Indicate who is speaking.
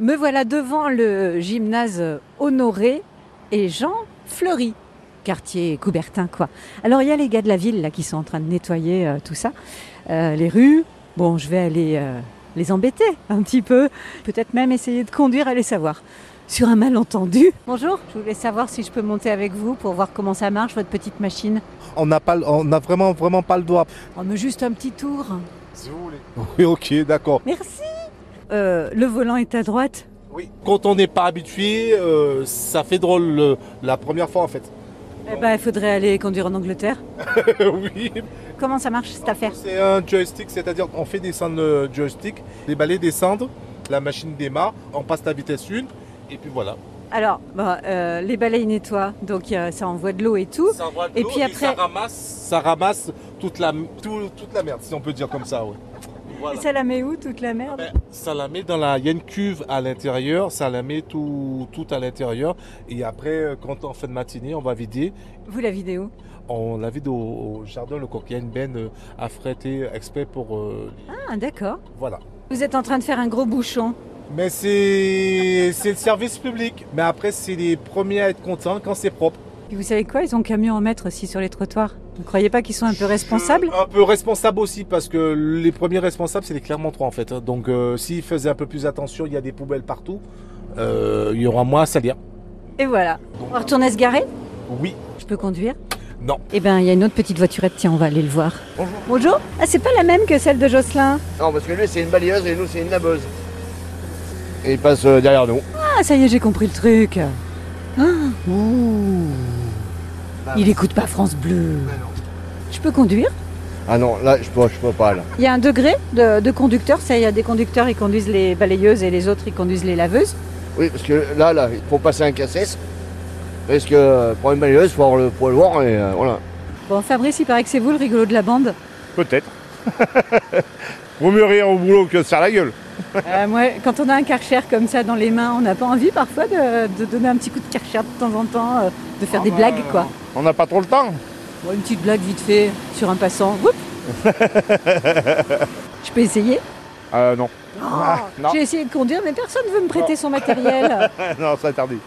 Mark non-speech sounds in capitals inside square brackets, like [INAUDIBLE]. Speaker 1: Me voilà devant le gymnase Honoré et Jean Fleury, quartier Coubertin, quoi. Alors, il y a les gars de la ville là qui sont en train de nettoyer euh, tout ça, euh, les rues. Bon, je vais aller euh, les embêter un petit peu, peut-être même essayer de conduire à les savoir. Sur un malentendu. Bonjour, je voulais savoir si je peux monter avec vous pour voir comment ça marche, votre petite machine.
Speaker 2: On n'a pas, on n'a vraiment, vraiment pas le doigt.
Speaker 1: On me juste un petit tour.
Speaker 2: Si vous voulez. Oui, ok, d'accord.
Speaker 1: Merci. Euh, le volant est à droite.
Speaker 2: Oui. Quand on n'est pas habitué, euh, ça fait drôle euh, la première fois en fait. [LAUGHS]
Speaker 1: Eh ben, il faudrait aller conduire en Angleterre.
Speaker 2: oui.
Speaker 1: Comment ça marche cette affaire
Speaker 2: C'est un joystick, c'est-à-dire qu'on fait descendre le joystick, les balais descendent, la machine démarre, on passe la vitesse 1 et puis voilà.
Speaker 1: Alors, bon, euh, les balais ils nettoient, donc euh, ça envoie de l'eau et tout.
Speaker 2: Ça envoie de
Speaker 1: Et
Speaker 2: l'eau
Speaker 1: puis après-
Speaker 2: ça ramasse, ça ramasse toute la, tout- toute la merde, si on peut dire comme ça. ouais. Voilà.
Speaker 1: Et ça la met où toute la merde
Speaker 2: Ben, ça la met dans la, il y a une cuve à l'intérieur, ça la met tout, tout à l'intérieur. Et après, euh, quand on fait de matinée, on va vider.
Speaker 1: Vous la vidéo
Speaker 2: On la vide au, au jardin Le Coq. Il y a une benne euh, affrétée exprès pour. euh,
Speaker 1: Ah d'accord.
Speaker 2: Voilà.
Speaker 1: Vous êtes en train de faire un gros bouchon.
Speaker 2: Mais c'est c'est le service public. Mais après, c'est les premiers à être contents quand c'est propre.
Speaker 1: Et vous savez quoi Ils ont qu'à mieux en mettre aussi sur les trottoirs. Vous croyez pas qu'ils sont un peu responsables
Speaker 2: Un peu responsable aussi, parce que les premiers responsables, c'est les Clermontois en fait. hein. Donc euh, s'ils faisaient un peu plus attention, il y a des poubelles partout, euh, il y aura moins à salir.
Speaker 1: Et voilà. On va retourner se garer
Speaker 2: Oui,
Speaker 1: Je peux conduire
Speaker 2: non.
Speaker 1: Eh ben, il y a une autre petite voiturette. Tiens, on va aller le voir.
Speaker 3: Bonjour.
Speaker 1: Bonjour. Ah, c'est pas la même que celle de Jocelyn.
Speaker 3: Non, parce que lui, c'est une balayeuse et nous, c'est une labeuse. Et il passe euh, derrière nous.
Speaker 1: Ah, ça y est, j'ai compris le truc. Ah, ouh. Il écoute pas France Bleu. Je peux conduire
Speaker 3: Ah non, là, je peux, je peux pas, là.
Speaker 1: Il y a un degré de, de conducteur, ça, il y a des conducteurs, ils conduisent les balayeuses et les autres, ils conduisent les laveuses.
Speaker 3: Oui, parce que là, là, il faut passer un cassette. Parce que euh, pour une balayeuse, faut avoir le poiloir et euh, voilà.
Speaker 1: Bon, Fabrice, il paraît que c'est vous le rigolo de la bande.
Speaker 4: Peut-être. [LAUGHS] Vaut mieux rire au boulot que de se faire la gueule.
Speaker 1: Euh, moi, quand on a un karcher comme ça dans les mains, on n'a pas envie parfois de, de donner un petit coup de karcher de temps en temps, euh, de faire
Speaker 4: Ah
Speaker 1: des
Speaker 4: bah,
Speaker 1: blagues, quoi.
Speaker 4: On n'a pas trop le temps.
Speaker 1: Bon, une petite blague vite fait sur un passant.
Speaker 4: [LAUGHS]
Speaker 1: Oups. Je peux essayer
Speaker 4: Euh, non. non.
Speaker 3: [LAUGHS]
Speaker 1: J'ai essayé de conduire, mais personne ne veut me prêter son matériel.
Speaker 4: non, c'est interdit.